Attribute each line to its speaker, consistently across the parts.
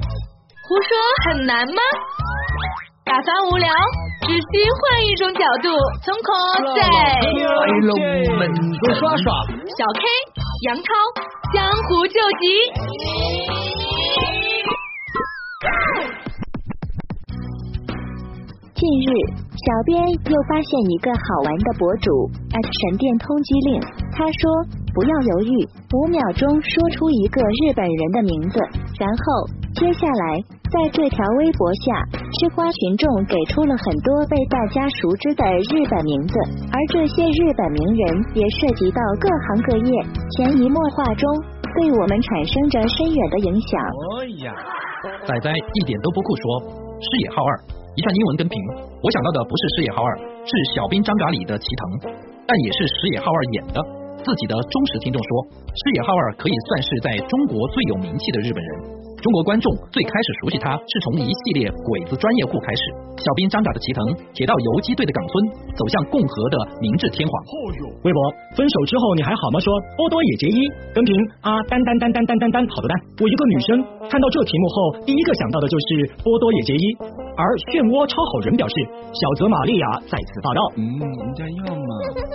Speaker 1: 胡说很难吗？打发无聊，只需换一种角度，从口在
Speaker 2: 来了，我们就耍耍。
Speaker 1: 小 K、杨超江湖救急。
Speaker 3: 近日，小编又发现一个好玩的博主神殿通缉令。他说：“不要犹豫，五秒钟说出一个日本人的名字，然后接下来在这条微博下，吃瓜群众给出了很多被大家熟知的日本名字，而这些日本名人也涉及到各行各业，潜移默化中对我们产生着深远的影响。”
Speaker 2: 哎呀，
Speaker 4: 仔仔一点都不酷说，视野浩二，一串英文跟评。我想到的不是视野浩二，是小兵张嘎里的齐藤，但也是视野浩二演的。自己的忠实听众说，视野浩二可以算是在中国最有名气的日本人。中国观众最开始熟悉他是从一系列鬼子专业户开始，小兵张嘎的齐藤，铁道游击队的冈村，走向共和的明治天皇。
Speaker 5: 微博，分手之后你还好吗？说波多野结衣跟评啊，单单单单单单单，好的单。我一个女生看到这题目后，第一个想到的就是波多野结衣。而漩涡超好人表示，小泽玛利亚再次报道。
Speaker 2: 嗯，人家要嘛。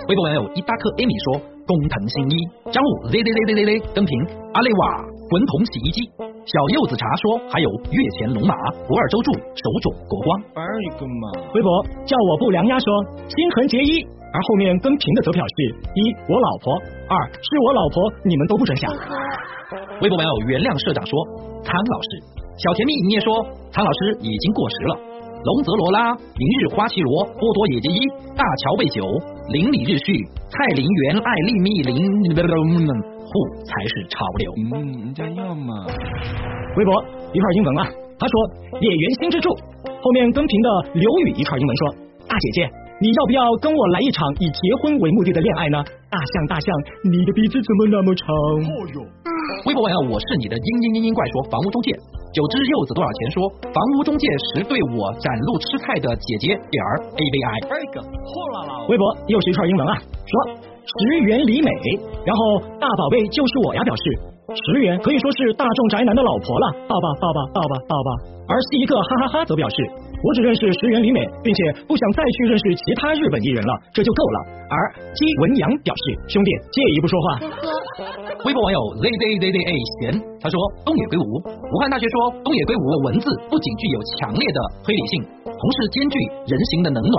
Speaker 4: 微博网友伊达克 Amy 说，工藤新一，张武 Z Z Z Z Z 跟评阿雷瓦滚筒洗衣机，小柚子茶说，还有月前龙马、不二周助、手冢国光。
Speaker 2: 玩一个嘛。
Speaker 5: 微博叫我不良鸭说心痕结衣，而后面跟评的则表示：一我老婆，二是我老婆，你们都不准想。
Speaker 4: 微博网友原谅社长说，苍老师，小甜蜜你也说，苍老师已经过时了。龙泽罗拉、明日花绮罗、波多野结衣、大桥备久、邻里日旭、蔡林元、艾丽密林，户才是潮流。
Speaker 2: 嗯，人家要嘛。
Speaker 5: 微博一块英文啊，他说野原新之助，后面跟评的刘宇一串英文说，大姐姐，你要不要跟我来一场以结婚为目的的恋爱呢？大象大象，你的鼻子怎么那么长？
Speaker 4: 微博网友我是你的嘤嘤嘤嘤怪说房屋中介，九只柚子多少钱说房屋中介时对我展露吃菜的姐姐点儿 A V I。
Speaker 2: 玩一个。嚯啦啦。
Speaker 5: 微博又是一串英文啊，说石原里美，然后大宝贝就是我呀表示，石原可以说是大众宅男的老婆了，抱抱抱抱抱抱抱抱。而西一个哈哈哈则表示，我只认识石原里美，并且不想再去认识其他日本艺人了，这就够了。而姬文阳表示，兄弟借一步说话。
Speaker 4: 微博网友 z z z z a 贤，他说东野圭吾，武汉大学说东野圭吾的文字不仅具有强烈的推理性，同时兼具人形的冷暖。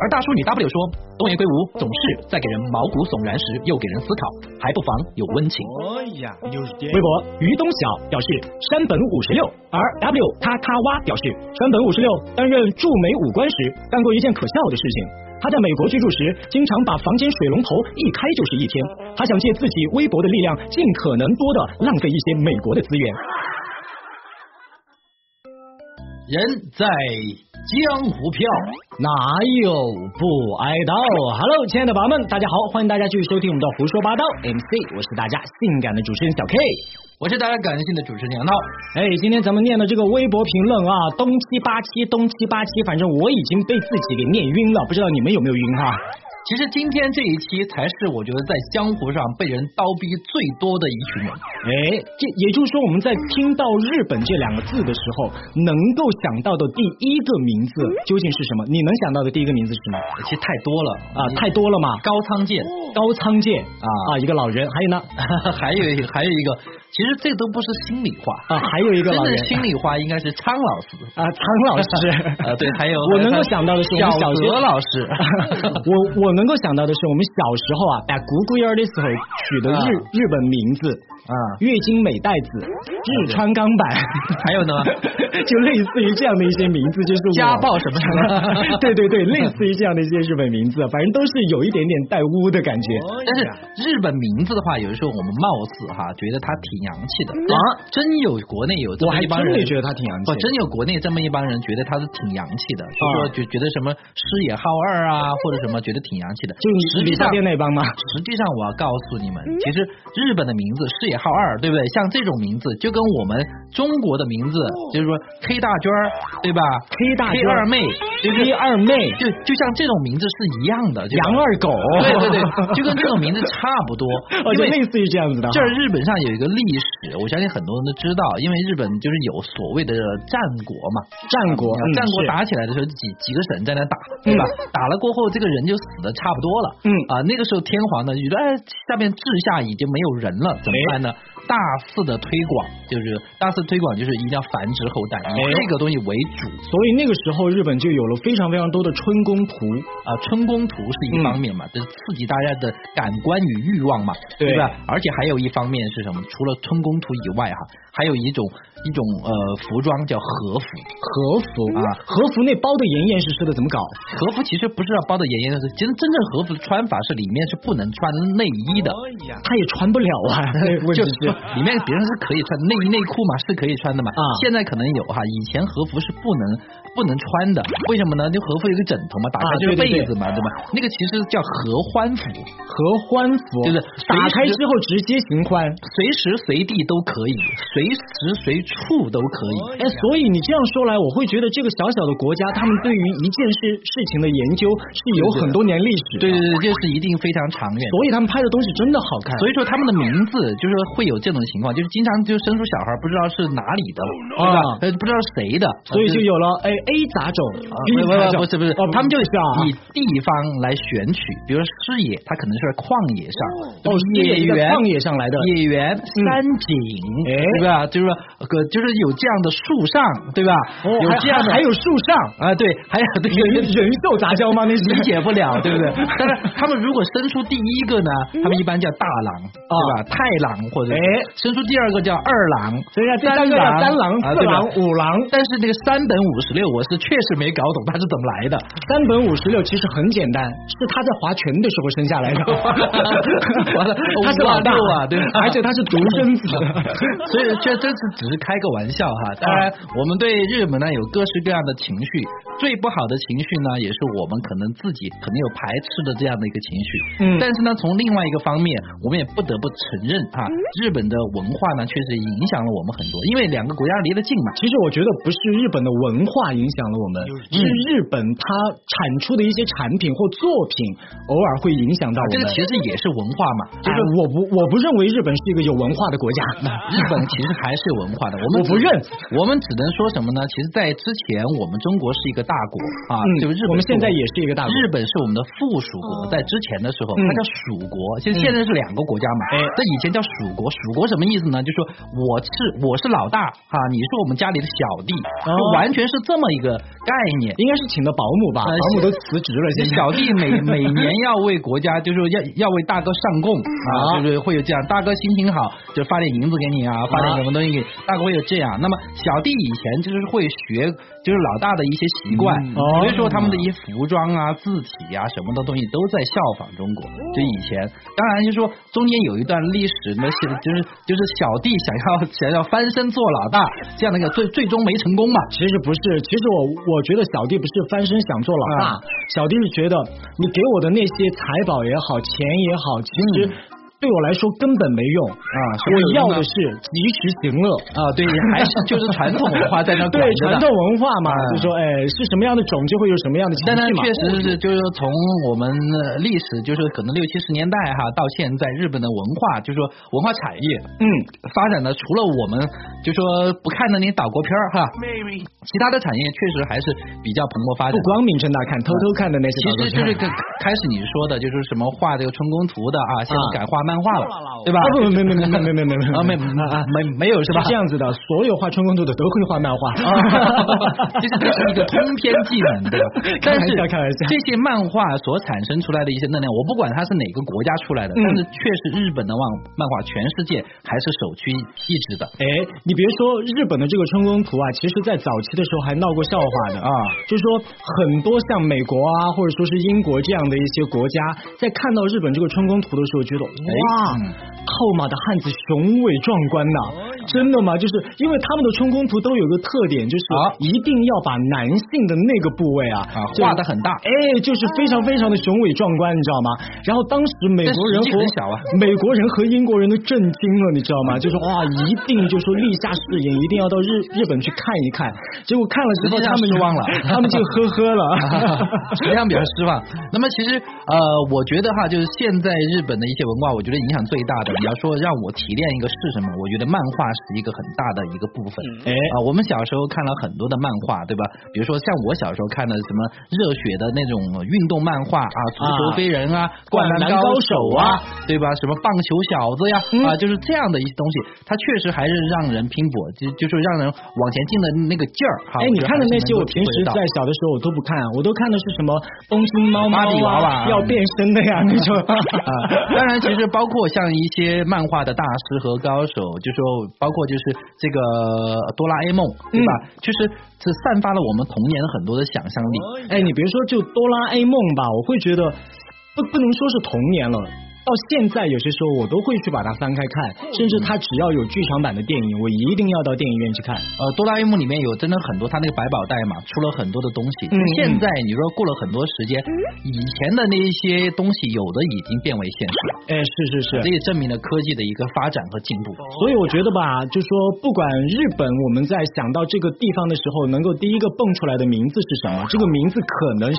Speaker 4: 而大叔女 W 说，东野圭吾总是在给人毛骨悚然时，又给人思考，还不妨有温情。
Speaker 2: 哎呀，又是这
Speaker 5: 微博于东晓表示山本五十六，而 W 咔咔哇表示山本五十六担任驻美武官时干过一件可笑的事情。他在美国居住时，经常把房间水龙头一开就是一天。他想借自己微薄的力量，尽可能多的浪费一些美国的资源。
Speaker 4: 人在江湖飘，
Speaker 2: 哪有不挨刀？Hello，亲爱的宝宝们，大家好，欢迎大家继续收听我们的胡说八道 MC，我是大家性感的主持人小 K。
Speaker 4: 我是大家感性的主持人杨涛。
Speaker 2: 哎，今天咱们念的这个微博评论啊，东七八七，东七八七，反正我已经被自己给念晕了，不知道你们有没有晕哈、
Speaker 4: 其实今天这一期才是我觉得在江湖上被人刀逼最多的一群人。
Speaker 5: 哎，这也就是说，我们在听到“日本”这两个字的时候，能够想到的第一个名字究竟是什么？你能想到的第一个名字是什么？
Speaker 4: 其实太多了
Speaker 5: 啊，
Speaker 2: 嗯
Speaker 5: 太多了嘛！
Speaker 4: 高仓健，
Speaker 2: 哦
Speaker 5: 高仓健啊啊，一个老人，还有呢
Speaker 4: 还有一还有一个，其实这都不是心里话，
Speaker 5: 啊，还有一个
Speaker 4: 真
Speaker 5: 老
Speaker 4: 正
Speaker 5: 人
Speaker 4: 心里话应该是苍 老师。
Speaker 5: 啊，苍老师
Speaker 4: 啊，对，还有
Speaker 5: 我能够想到的是
Speaker 4: 小
Speaker 5: 我们小学
Speaker 4: 泽老师，
Speaker 5: 我我能够想到的是，我们小时候啊，打咕咕眼儿的时候取的日、
Speaker 4: 啊
Speaker 5: 日本名字
Speaker 4: 啊，
Speaker 5: 月经美代子、日川钢板，
Speaker 4: 还有呢
Speaker 5: 哎就类似于这样的一些名字，就是我。
Speaker 4: 啊家暴什么什么
Speaker 5: 对对对，类似于这样的一些日本名字，反正都是有一点点带污的感觉。
Speaker 4: 但是日本名字的话，有的时候我们貌似哈觉得它挺洋气的啊，真有国内有这
Speaker 5: 嗯我
Speaker 4: 么
Speaker 5: 还
Speaker 4: 一帮
Speaker 5: 真
Speaker 4: 人
Speaker 5: 的觉得他挺洋气
Speaker 4: 哦，。真有国内这么一帮人觉得他是挺洋气
Speaker 5: 啊
Speaker 4: 的，就说就觉得什么师野浩二啊，或者什么觉得挺洋气的。
Speaker 5: 就
Speaker 4: 实
Speaker 5: 理
Speaker 4: 际
Speaker 5: 发
Speaker 4: 上，
Speaker 5: 店那帮吗？嗯
Speaker 4: 实际上我要告诉你们，其实日本的名字师野浩二，对不对？像这种名字，就跟我们中国的名字，就是说 K 大娟儿，对吧
Speaker 5: 黑哦大
Speaker 4: ？K
Speaker 5: 哥
Speaker 4: 二妹，就是
Speaker 5: 黑二妹，
Speaker 4: 就就像这种名字是一样的，就
Speaker 5: 杨二狗， ，
Speaker 4: 对对对，就跟这种名字差不多
Speaker 5: 哦，
Speaker 4: 因
Speaker 5: 就
Speaker 4: 为
Speaker 5: 类似于这样子的哈。
Speaker 4: 这儿日本上有一个历史史，我相信很多人都知道，因为日本就是有所谓的战国嘛，
Speaker 5: 战国，嗯
Speaker 4: 战国
Speaker 5: 是
Speaker 4: 打起来的时候，几几个省在那打，对吧？打了过后，这个人就死的差不多了。
Speaker 5: 嗯
Speaker 4: 啊、那个时候天皇呢，觉得哎，下面治下已经没有人了，怎么办呢？大肆的推广，就是大肆推广，就是一定要繁殖后代，以这个东西为主
Speaker 5: 所以那个时候日本就有了非常非常多的春宫图，
Speaker 4: 啊、春宫图是一方面嘛，这、是刺激大家的感官与欲望嘛，
Speaker 5: 嗯对
Speaker 4: 吧？而且还有一方面是什么？除了春宫图以外哈、还有一种一种呃服装叫和服，
Speaker 5: 和服
Speaker 4: 啊
Speaker 5: 和服那包的严严实实的，怎么搞？
Speaker 4: 和服其实不是要包的严严实实，其实真正和服的穿法是里面是不能穿内衣的，
Speaker 5: 他也穿不了啊，哎那个问
Speaker 4: 就
Speaker 5: 题，
Speaker 4: 是里面别人是可以穿内衣内裤嘛，是可以穿的嘛。
Speaker 5: 啊
Speaker 4: 现在可能有哈，以前和服是不能不能穿的，为什么呢？就和服有个枕头嘛，打开
Speaker 5: 啊
Speaker 4: 就是
Speaker 5: 对
Speaker 4: 被
Speaker 5: 对对
Speaker 4: 子嘛，对吧？那个其实叫合欢服，
Speaker 5: 合欢服，
Speaker 4: 就是
Speaker 5: 打开之后直接行欢。
Speaker 4: 随时随地都可以，随时随处都可以。
Speaker 5: 哎，所以你这样说来，我会觉得这个小小的国家，他们对于一件事事情的研究是有
Speaker 4: 对对
Speaker 5: 很多年历史的，
Speaker 4: 对对对，这是一定非常长远的。
Speaker 5: 所以他们拍的东西真的好看。
Speaker 4: 所以说他们的名字就是会有这种情况，就是经常就生出小孩不知道是哪里的，对吧
Speaker 5: 啊？
Speaker 4: 呃，不知道谁的，呃
Speaker 5: 所以就
Speaker 4: 有。
Speaker 5: 有了哎 A 杂种
Speaker 4: 啊
Speaker 5: ，B
Speaker 4: 不不
Speaker 5: 杂
Speaker 4: 不
Speaker 5: 种，
Speaker 4: 不是不是
Speaker 5: 哦，
Speaker 4: 他们就
Speaker 5: 不是啊，
Speaker 4: 以地方来选取，比如说视野，它可能是在旷野上，
Speaker 5: 哦
Speaker 4: 就是
Speaker 5: 视野
Speaker 4: 野
Speaker 5: 是
Speaker 4: 原
Speaker 5: 在旷野上来的
Speaker 4: 野原山景，
Speaker 5: 哎
Speaker 4: 对吧？就是说可就是有这样的树上，对吧？
Speaker 5: 哦
Speaker 4: 有
Speaker 5: 还
Speaker 4: 这样的
Speaker 5: 还还有树上
Speaker 4: 啊，对，还有对。
Speaker 5: 人 人兽杂交吗？那是
Speaker 4: 理解不了，对不 对？但是他们如果生出第一个呢，他们一般叫大郎，
Speaker 5: 哦
Speaker 4: 对吧？太郎或者是
Speaker 5: 哎
Speaker 4: 生出第二个叫二郎，
Speaker 5: 所以第三个
Speaker 4: 郎
Speaker 5: 叫三郎、
Speaker 4: 啊
Speaker 5: 四
Speaker 4: 对吧
Speaker 5: 郎、五郎，
Speaker 4: 但是那个三本五十六，我是确实没搞懂它是怎么来 的。
Speaker 5: 三本五十六其实很简单，是他在划拳的时候生下来的。
Speaker 4: 完 了
Speaker 5: 他是老大
Speaker 4: 五郎六啊对
Speaker 5: 而且他是独 生子。
Speaker 4: 所以这这次只是开个玩笑哈。当然，我们对日本呢有各式各样的情绪，最不好的情绪呢，也是我们可能自己可能有排斥的这样的一个情绪。
Speaker 5: 嗯
Speaker 4: 但是呢，从另外一个方面，我们也不得不承认哈，日本的文化呢确实影响了我们很多，因为两个国家离得近嘛。
Speaker 5: 其实我觉得不是日本的文化影响了我们，是
Speaker 4: 嗯
Speaker 5: 日本它产出的一些产品或作品偶尔会影响到我
Speaker 4: 这
Speaker 5: 们
Speaker 4: 个。其实也是文化嘛，就
Speaker 5: 就是是我不我不认为日本是一个有文化的 国家。
Speaker 4: 日本其实还是有文化的，我们
Speaker 5: 我不认，
Speaker 4: 我们只能说什么呢？其实，在之前我们中国是一个大国啊，
Speaker 5: 嗯
Speaker 4: 就日本是
Speaker 5: 我们现在也是一个大国
Speaker 4: 日本是我们的附属
Speaker 1: 哦
Speaker 4: 国，在之前的时候
Speaker 5: 嗯哎
Speaker 4: 它叫属国，其实现在是两个国家嘛。但以前叫属国，属国什么意思呢？就说我是我是老大哈，你是我们家里的小弟，
Speaker 5: 哦
Speaker 4: 就完全是这么一个概念。
Speaker 5: 应该是请的啊保姆吧，
Speaker 4: 呃
Speaker 5: 保姆都辞职了，
Speaker 4: 这
Speaker 5: 现在。
Speaker 4: 小弟 每每年要为国家，就是说要要为大哥上供啊，
Speaker 5: 啊
Speaker 4: 就是会有这样，大哥心情好就发点银子给你啊，发点什么东西给你，大哥会有这样。那么小弟以前就是会学，就是老大的一些习惯，
Speaker 5: 嗯哦
Speaker 4: 所以说他们的一些服装啊、字体啊什么的东西都在效仿中国。
Speaker 5: 哦
Speaker 4: 就以前，当然就是说中间有一段历史呢，是就是就是小弟想要想要翻身做老大这样的一个，最最终没成功嘛。
Speaker 5: 其实不是，其实我我觉得小弟不是翻身想做老大，
Speaker 4: 啊
Speaker 5: 小弟是觉得你给我的那些财宝也好，钱也好，其实对我来说根本没用啊
Speaker 4: 是不是嗯有
Speaker 5: 我
Speaker 4: 用
Speaker 5: 要
Speaker 4: 呢
Speaker 5: 的是及时行乐。
Speaker 4: 啊，对，还是就是传统文化在那啊管
Speaker 5: 对
Speaker 4: 着的
Speaker 5: 传统文化嘛，
Speaker 4: 嗯
Speaker 5: 就说哎，是什么样的种就会有什么样的情
Speaker 4: 但但
Speaker 5: 绪嘛。
Speaker 4: 确实是，就是说从我们呃历史，就是可能六七十年代哈，到现在日本的文化，就是说文化产业，嗯，发展的除了我们就说不看那些岛国片儿哈，其他的产业确实还是比较蓬勃发展
Speaker 5: 不
Speaker 4: 的。
Speaker 5: 光明正大看，偷偷看的那些
Speaker 4: 其
Speaker 5: 导
Speaker 4: 实
Speaker 5: 游
Speaker 4: 就
Speaker 5: 片
Speaker 4: 是跟开始你说的，就是什么画这个春宫图的啊，现在改画漫画了，对吧？
Speaker 5: 啊不不没没没没没没没没
Speaker 4: 啊没没没有是吧啊
Speaker 5: 是？这样子的，所有画春宫图的都会画 漫画。
Speaker 4: 就是这是一个通篇技能，对吧？但是
Speaker 5: 开玩笑开玩笑
Speaker 4: 这些漫画所产生出来的一些能量，我不管它是哪个国家出来的，
Speaker 5: 嗯
Speaker 4: 但是确实日本的漫漫画全世界还是首屈一指的
Speaker 5: 哎，你别说日本的这个春宫图啊，其实在早期的时候还闹过笑话的
Speaker 4: 啊。
Speaker 5: 就说很多像美国啊，或者说是英国这样的一些国家，在看到日本这个春宫图的时候，觉得哇，
Speaker 4: 嗯
Speaker 5: 套马的汉子雄伟壮观呐、真的吗？就是因为他们的春宫图都有个特点，就是
Speaker 4: 好
Speaker 5: 一定要把男性的那个部位啊，
Speaker 4: 啊，
Speaker 5: 就是
Speaker 4: 画的很大。
Speaker 5: 哎，就是非常非常的雄伟壮观，你知道吗？然后当时美国
Speaker 4: 但实
Speaker 5: 人
Speaker 4: 际
Speaker 5: 和
Speaker 4: 很小啊
Speaker 5: 美国人和英国人都震惊了，你知道吗？就说哇，一定就说立下誓言，一定要到日日本去看一看。结果看了之后，
Speaker 4: 实际上
Speaker 5: 他们就
Speaker 4: 失望了
Speaker 5: 他们就呵呵 了。
Speaker 4: 实际上比较失望。那么其实呃，我觉得哈，就是现在日本的一些文化，我就觉得影响最大的，你要说让我提炼一个是什么，我觉得漫画是一个很大的一个部分。
Speaker 5: 哎，
Speaker 4: 啊，我们小时候看了很多的漫画，对吧？比如说像我小时候看的什么热血的那种运动漫画啊，足球飞人啊，灌
Speaker 5: 嗯灌篮
Speaker 4: 高手
Speaker 5: 高手啊嗯
Speaker 4: 啊，对吧？什么棒球小子呀，啊，就是这样的一些东西，它确实还是让人拼搏，就就是让人往前进的那个劲儿。哈
Speaker 5: 哎，你看的那些，我平时在小的时候我都不看，我都看的是什么东京猫猫啊
Speaker 4: 芭比娃娃啊
Speaker 5: 要变身的呀那种。
Speaker 4: 啊，当然，其实包括像一些漫画的大师和高手，就说包括就是这个哆啦 A 梦，
Speaker 5: 嗯
Speaker 4: 对吧？就是这散发了我们童年很多的想象力。
Speaker 5: 哎，你别说就哆啦 A 梦吧，我会觉得不不能说是童年了。到现在有些时候我都会去把它翻开
Speaker 4: 嗯
Speaker 5: 看，甚至它只要有剧场版的电影，我一定要到电影院去看。
Speaker 4: 呃，哆啦 A 梦里面有真的很多，它那个百宝袋嘛，出了很多的东西。
Speaker 5: 嗯
Speaker 4: 现在你说过了很多时间，以前的那一些东西有的已经变为现实了，
Speaker 5: 哎，是是
Speaker 4: 啊这
Speaker 5: 是。
Speaker 4: 也证明了科技的一个发展和进步。
Speaker 5: 所以我觉得吧，就说不管日本，我们在想到这个地方的时候，能够第一个蹦出来的名字是什么？这个名字可能是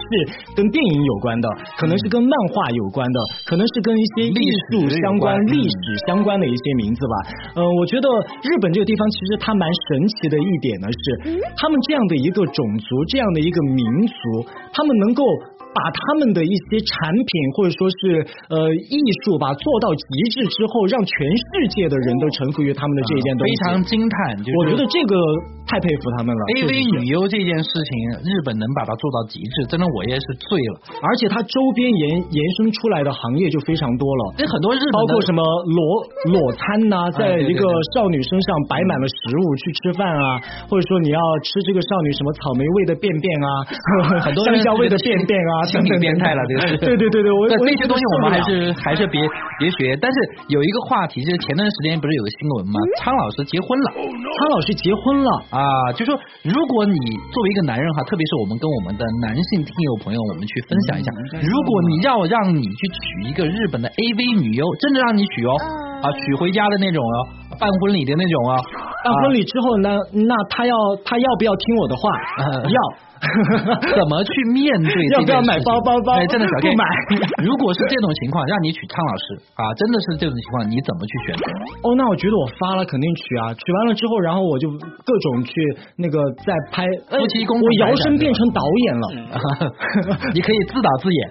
Speaker 5: 跟电影有关的，可能是跟漫画有关的，可能是跟一些艺术相关、
Speaker 4: 嗯历史有关嗯
Speaker 5: 历史相关的一些名字吧。呃，我觉得日本这个地方其实它蛮神奇的一点呢，是他们这样的一个种族、这样的一个民族，他们能够。把他们的一些产品或者说是呃艺术吧做到极致之后，让全世界的人都臣服于他们的这一件
Speaker 4: 啊
Speaker 5: 东
Speaker 4: 非
Speaker 5: 西，
Speaker 4: 常惊叹，就是
Speaker 5: 我觉得这个太佩服他们了。
Speaker 4: A
Speaker 5: 确
Speaker 4: V
Speaker 5: 实是
Speaker 4: 女优这件事情，日本能把它做到极致，真的我也是醉了。
Speaker 5: 而且它周边延延伸出来的行业就非常多了。
Speaker 4: 那很多日本的
Speaker 5: 包括什么裸裸餐呐、在一
Speaker 4: 对
Speaker 5: 个
Speaker 4: 对
Speaker 5: 少女身上摆满了食物去吃饭啊，或者说你要吃这个少女什么草莓味的便便 啊，
Speaker 4: 很多
Speaker 5: 香
Speaker 4: 人
Speaker 5: 蕉味的便便 啊，
Speaker 4: 心
Speaker 5: 等
Speaker 4: 理
Speaker 5: 等
Speaker 4: 变态了
Speaker 5: 等
Speaker 4: 这
Speaker 5: 等
Speaker 4: 个是
Speaker 5: 对对对对，我
Speaker 4: 对
Speaker 5: 我
Speaker 4: 那些东西我们还是
Speaker 5: 受不了
Speaker 4: 还是别别学。但是有一个话题，就是前段时间不是有个新闻吗？苍老师结婚了
Speaker 5: 苍老师结婚了。
Speaker 4: 啊，就说如果你作为一个男人哈，特别是我们跟我们的男性听友朋友，我们去分享一下，
Speaker 5: 嗯
Speaker 4: 如果你要让你去娶一个日本的 AV 女优，真的让你娶哦，啊，娶回家的那种哦，办婚礼的那种哦，
Speaker 5: 嗯办婚礼之后呢，那他要他要不要听我的话？
Speaker 4: 呃
Speaker 5: 要。
Speaker 4: 怎么去面对这件事情？
Speaker 5: 要不要买包包包
Speaker 4: 哎，真 的小 K
Speaker 5: 不买
Speaker 4: 如果是这种情况，让你娶苍老师啊，真的是这种情况，你怎么去选择？
Speaker 5: 哦，那我觉得我发了肯定取啊，取完了之后，然后我就各种去那个再拍嗯
Speaker 4: 夫妻宫
Speaker 5: 我
Speaker 4: 展
Speaker 5: 摇
Speaker 4: 展
Speaker 5: 身
Speaker 4: 是
Speaker 5: 变
Speaker 4: 吧
Speaker 5: 成导演了。
Speaker 4: 你可以自导自演。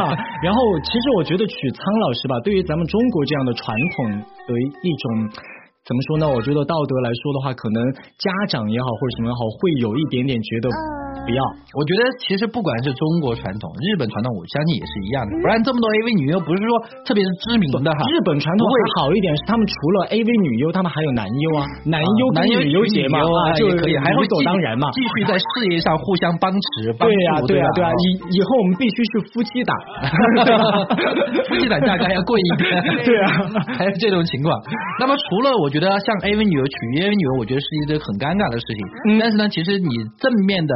Speaker 5: 啊， 然后其实我觉得娶苍老师吧，对于咱们中国这样的传统的一种。怎么说呢？我觉得道德来说的话，可能家长也好或者什么也好，会有一点点觉得不要。
Speaker 4: 我觉得其实不管是中国传统、日本传统，我相信也是一样
Speaker 5: 嗯
Speaker 4: 的。不然这么多 AV 女优，不是说特别是知名的哈。
Speaker 5: 日本传统
Speaker 4: 不会
Speaker 5: 还好一点，是他们除了 AV 女优，他们还有男优啊，男优
Speaker 4: 啊
Speaker 5: 跟
Speaker 4: 男优
Speaker 5: 女优结嘛，
Speaker 4: 啊，
Speaker 5: 啊，就
Speaker 4: 也可以，还会
Speaker 5: 理
Speaker 4: 继
Speaker 5: 所当然嘛。
Speaker 4: 继续在事业上互相帮持。帮
Speaker 5: 对呀、
Speaker 4: 助
Speaker 5: 对呀、
Speaker 4: 吧
Speaker 5: 对呀、
Speaker 4: 啊
Speaker 5: 以以后我们必须是夫妻档， 对吧
Speaker 4: 夫妻档价格还要贵一点。
Speaker 5: 对啊
Speaker 4: 还有这种情况。那么除了我觉得像 AV 女优娶 AV 女优，我觉得是一个很尴尬的事情。
Speaker 5: 嗯
Speaker 4: 但是呢，其实你正面的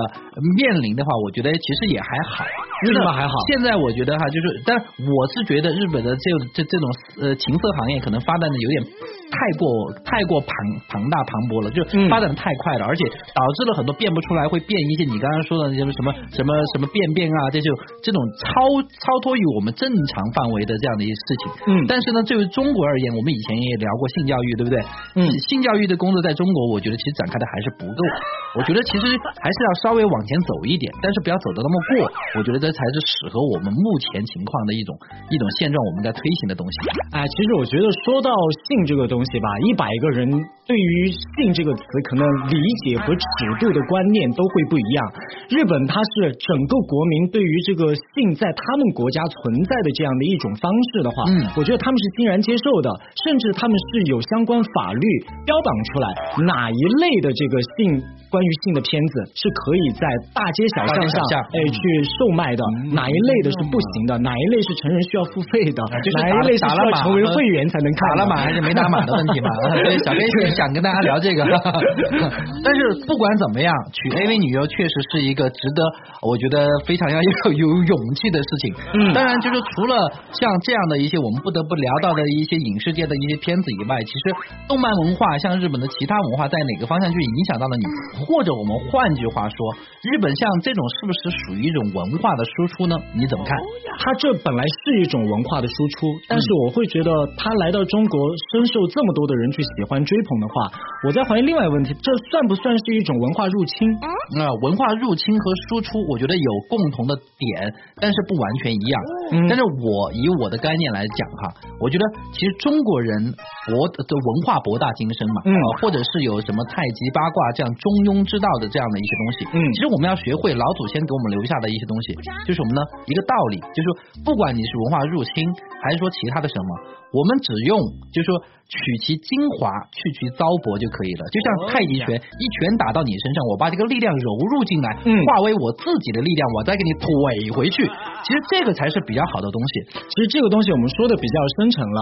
Speaker 4: 面临的话，我觉得其实也还好。
Speaker 5: 为什么还好
Speaker 4: 现在我觉得哈，就是，但我是觉得日本的这这这种呃情色行业可能发展的有点太过太过庞庞大磅礴了，就
Speaker 5: 嗯
Speaker 4: 发展的太快了，而且导致了很多变不出来，会变一些你刚刚说的那些什么什么什么便便啊，这就这种超超脱于我们正常范围的这样的一些事情。
Speaker 5: 嗯
Speaker 4: 但是呢，对于中国而言，我们以前也聊过性教育，对不对？
Speaker 5: 嗯
Speaker 4: 性教育的工作在中国，我觉得其实展开的还是不够。我觉得其实还是要稍微往前走一点，但是不要走的那么过。我觉得这才是适合我们目前情况的一种一种现状，我们在推行的东西。
Speaker 5: 哎，其实我觉得说到性这个东西吧，一百个人对于性这个词可能理解和尺度的观念都会不一样。日本它是整个国民对于这个性在他们国家存在的这样的一种方式的话，
Speaker 4: 嗯
Speaker 5: 我觉得他们是欣然接受的，甚至他们是有相关法律标榜出来哪一类的这个性关于性的片子是可以在大街小巷
Speaker 4: 大街
Speaker 5: 上
Speaker 4: 小巷嗯
Speaker 5: 哎去售卖的，哪一类的是不行的，哪一类是成人需要付费的，
Speaker 4: 啊就是
Speaker 5: 哪
Speaker 4: 打
Speaker 5: 一类是
Speaker 4: 打
Speaker 5: 需
Speaker 4: 了
Speaker 5: 要
Speaker 4: 码
Speaker 5: 成为
Speaker 4: 和
Speaker 5: 会员才能看
Speaker 4: 打
Speaker 5: 的？
Speaker 4: 了码还是没打 码的问题嘛？对，小编也想跟大家聊这个， 但是不管怎么样，娶 AV 女优确实是一个值得，我觉得非常要 要有勇气的事情。嗯，当然就是除了像这样的一些我们不得不聊到的一些影视界的一些片子以外，其实动漫文化像日本的其他文化在哪个方向去影响到了你，或或者我们换句话说，日本像这种是不是属于一种文化的输出呢？你怎么看？
Speaker 5: 它这本来是一种文化的输出，
Speaker 4: 嗯
Speaker 5: 但是我会觉得它来到中国，深受这么多的人去喜欢追捧的话，我在怀疑另外一个问题，这算不算是一种文化入侵？
Speaker 4: 那、呃文化入侵和输出，我觉得有共同的点，但是不完全一样。
Speaker 5: 嗯
Speaker 4: 但是我以我的概念来讲哈，我觉得其实中国人博的文化博大精深嘛，
Speaker 5: 嗯
Speaker 4: 啊或者是有什么太极八卦这样中庸之道的这样的一些东西。
Speaker 5: 嗯
Speaker 4: 其实我们要学会老祖先给我们留下的一些东西，就是什么呢？一个道理，就是说不管你是文化入侵还是说其他的什么，我们只用就是说取其精华，去其糟粕就可以了。就像太极拳，一拳打到你身上，我把这个力量融入进来，
Speaker 5: 嗯
Speaker 4: 化为我自己的力量，我再给你怼回去。其实这个才是比较好的东西。
Speaker 5: 其实这个东西我们说的比较深沉了。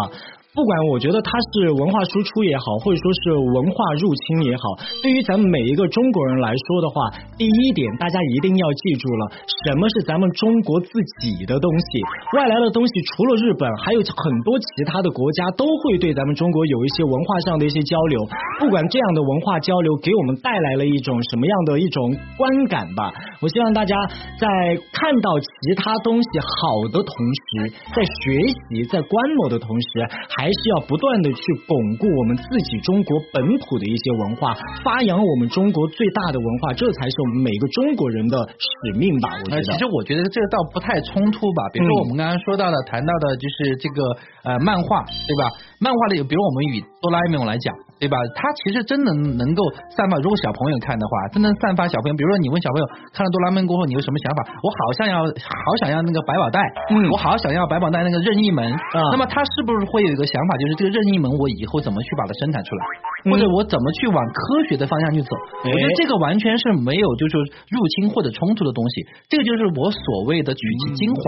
Speaker 5: 不管我觉得它是文化输出也好，或者说是文化入侵也好，对于咱们每一个中国人来说的话，第一点大家一定要记住了，什么是咱们中国自己的东西？外来的东西除了日本，还有很多其他的国家都会对咱们中国有一些文化上的一些交流。不管这样的文化交流给我们带来了一种什么样的一种观感吧，我希望大家在看到其他东西好的同时，在学习、在观摩的同时，还是要不断的去巩固我们自己中国本土的一些文化，发扬我们中国最大的文化，这才是我们每个中国人的使命吧。我觉
Speaker 4: 那
Speaker 5: 得
Speaker 4: 呃其，实我觉得这个倒不太冲突吧。比如说
Speaker 5: 嗯
Speaker 4: 我们刚刚说到的、谈到的，就是这个呃漫画，对吧？漫画的有，比如我们以哆啦 A 梦来讲，对吧？它其实真的能够散发，如果小朋友看的话，真能散发小朋友。比如说你问小朋友看了哆啦 A 梦过后，你有什么想法？我好像要，好想要那个百宝袋，
Speaker 5: 嗯
Speaker 4: 我好想要百宝袋那个任意门。那么他是不是会有一个想法，就是这个任意门我以后怎么去把它生产出来？或者我怎么去往科学的方向去走？我觉得这个完全是没有就是入侵或者冲突的东西，这个就是我所谓的取其精华，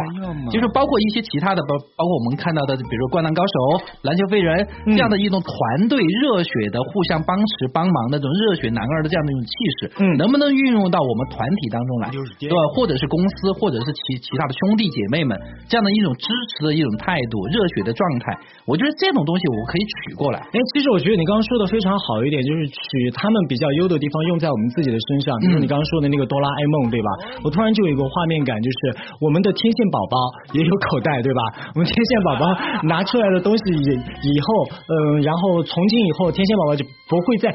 Speaker 4: 就是包括一些其他的，包包括我们看到的，比如说《灌篮高手》《篮球飞人》这样的一种团队热血的互相帮持帮忙那种热血男儿的这样的一种气势，
Speaker 5: 嗯
Speaker 4: 能不能运用到我们团体当中来？对吧？或者是公司，或者是其其他的兄弟姐妹们这样的一种支持的一种态度，热血的状态，我觉得这种东西我可以取过来。
Speaker 5: 哎，其实我觉得你刚刚说的非常好一点，就是取他们比较优的地方用在我们自己的身上。比如你刚刚说的那个哆啦 A 梦，对吧？我突然就有一个画面感，就是我们的天线宝宝也有口袋，对吧？我们天线宝宝拿出来的东西以以后，嗯、然后从今以后，天线宝宝就不会再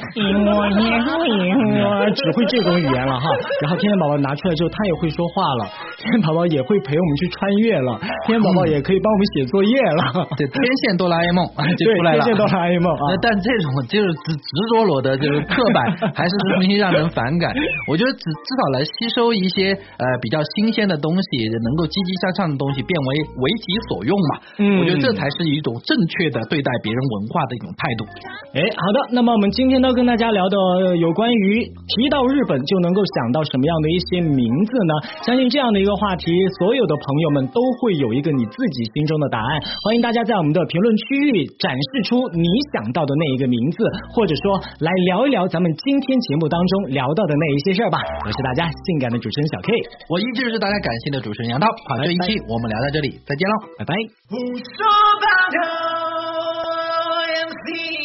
Speaker 5: 只会这种语言了哈。然后天线宝宝拿出来之后，他也会说话了，天线宝宝也会陪我们去穿越了，天线宝宝也可以帮我们写作业了。
Speaker 4: 对，天线哆啦 A 梦啊就
Speaker 5: 对
Speaker 4: 出来，了。
Speaker 5: 天线哆啦 A 梦啊
Speaker 4: 那。但这种就是执执着裸的，就是刻板，还是容易让人反感。我觉得至至少来吸收一些呃比较新鲜的东西，能够积极向上的东西，变为为己所用嘛。
Speaker 5: 嗯
Speaker 4: 我觉得这才是一种正确的对待别人文化的一种态度。
Speaker 5: 哎，好的，那么我们今天呢跟大家聊的呃有关于提到日本就能够想到什么样的一些名字呢？相信这样的一个话题，所有的朋友们都会有一个你自己心中的答案。欢迎大家在我们的评论区域展示出你想到的那一个名字，或者说来聊一聊咱们今天节目当中聊到的那一些事儿吧。我是大家性感的主持人小 K，
Speaker 4: 我依旧是大家感谢的主持人杨涛。好，这一期我们聊到这里，再见喽。
Speaker 5: 拜拜。
Speaker 6: Who's so bad? MC